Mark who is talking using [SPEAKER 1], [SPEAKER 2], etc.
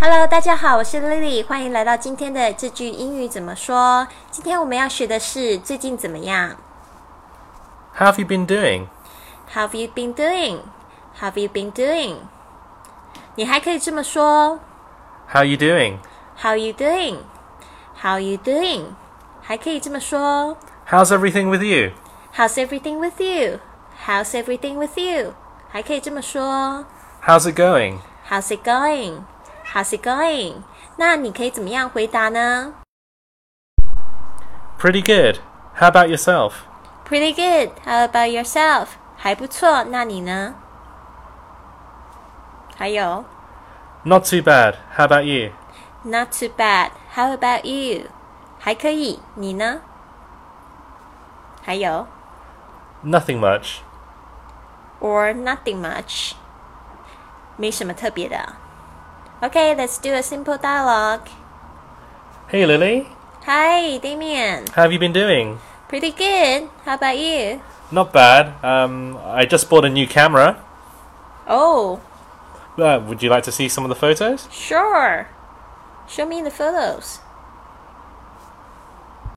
[SPEAKER 1] Hello，大家好，我是 Lily，欢迎来到今天的这句英语怎么说。今天我们要学的是最近怎么样
[SPEAKER 2] How have you been doing?
[SPEAKER 1] ？How have you been doing? How have you been doing? 你还可以这么说
[SPEAKER 2] How are you doing?
[SPEAKER 1] ：How you doing? How you doing? 还可以这么说
[SPEAKER 2] How's everything with you?
[SPEAKER 1] ：How's everything with you? How's everything with you? 还可以这么说
[SPEAKER 2] How's it going?
[SPEAKER 1] ：How's it going? How's it going? 那你可以怎么样回答呢？
[SPEAKER 2] Pretty good. How about yourself?
[SPEAKER 1] Pretty good. How about yourself? 还不错，那你呢？还有
[SPEAKER 2] Not too bad. How about you?
[SPEAKER 1] ，Not too bad. How about you? 还可以，你呢？还有
[SPEAKER 2] Nothing much.
[SPEAKER 1] ，or nothing much. 没什么特别的。Okay, let's do a simple dialogue.
[SPEAKER 2] Hey Lily,
[SPEAKER 1] Hi, Damian.
[SPEAKER 2] how have you been doing?
[SPEAKER 1] Pretty good. How about you?
[SPEAKER 2] Not bad. Um, I just bought a new camera.
[SPEAKER 1] Oh,
[SPEAKER 2] Uh, would you like to see some of the photos?
[SPEAKER 1] sure. Show me the photos.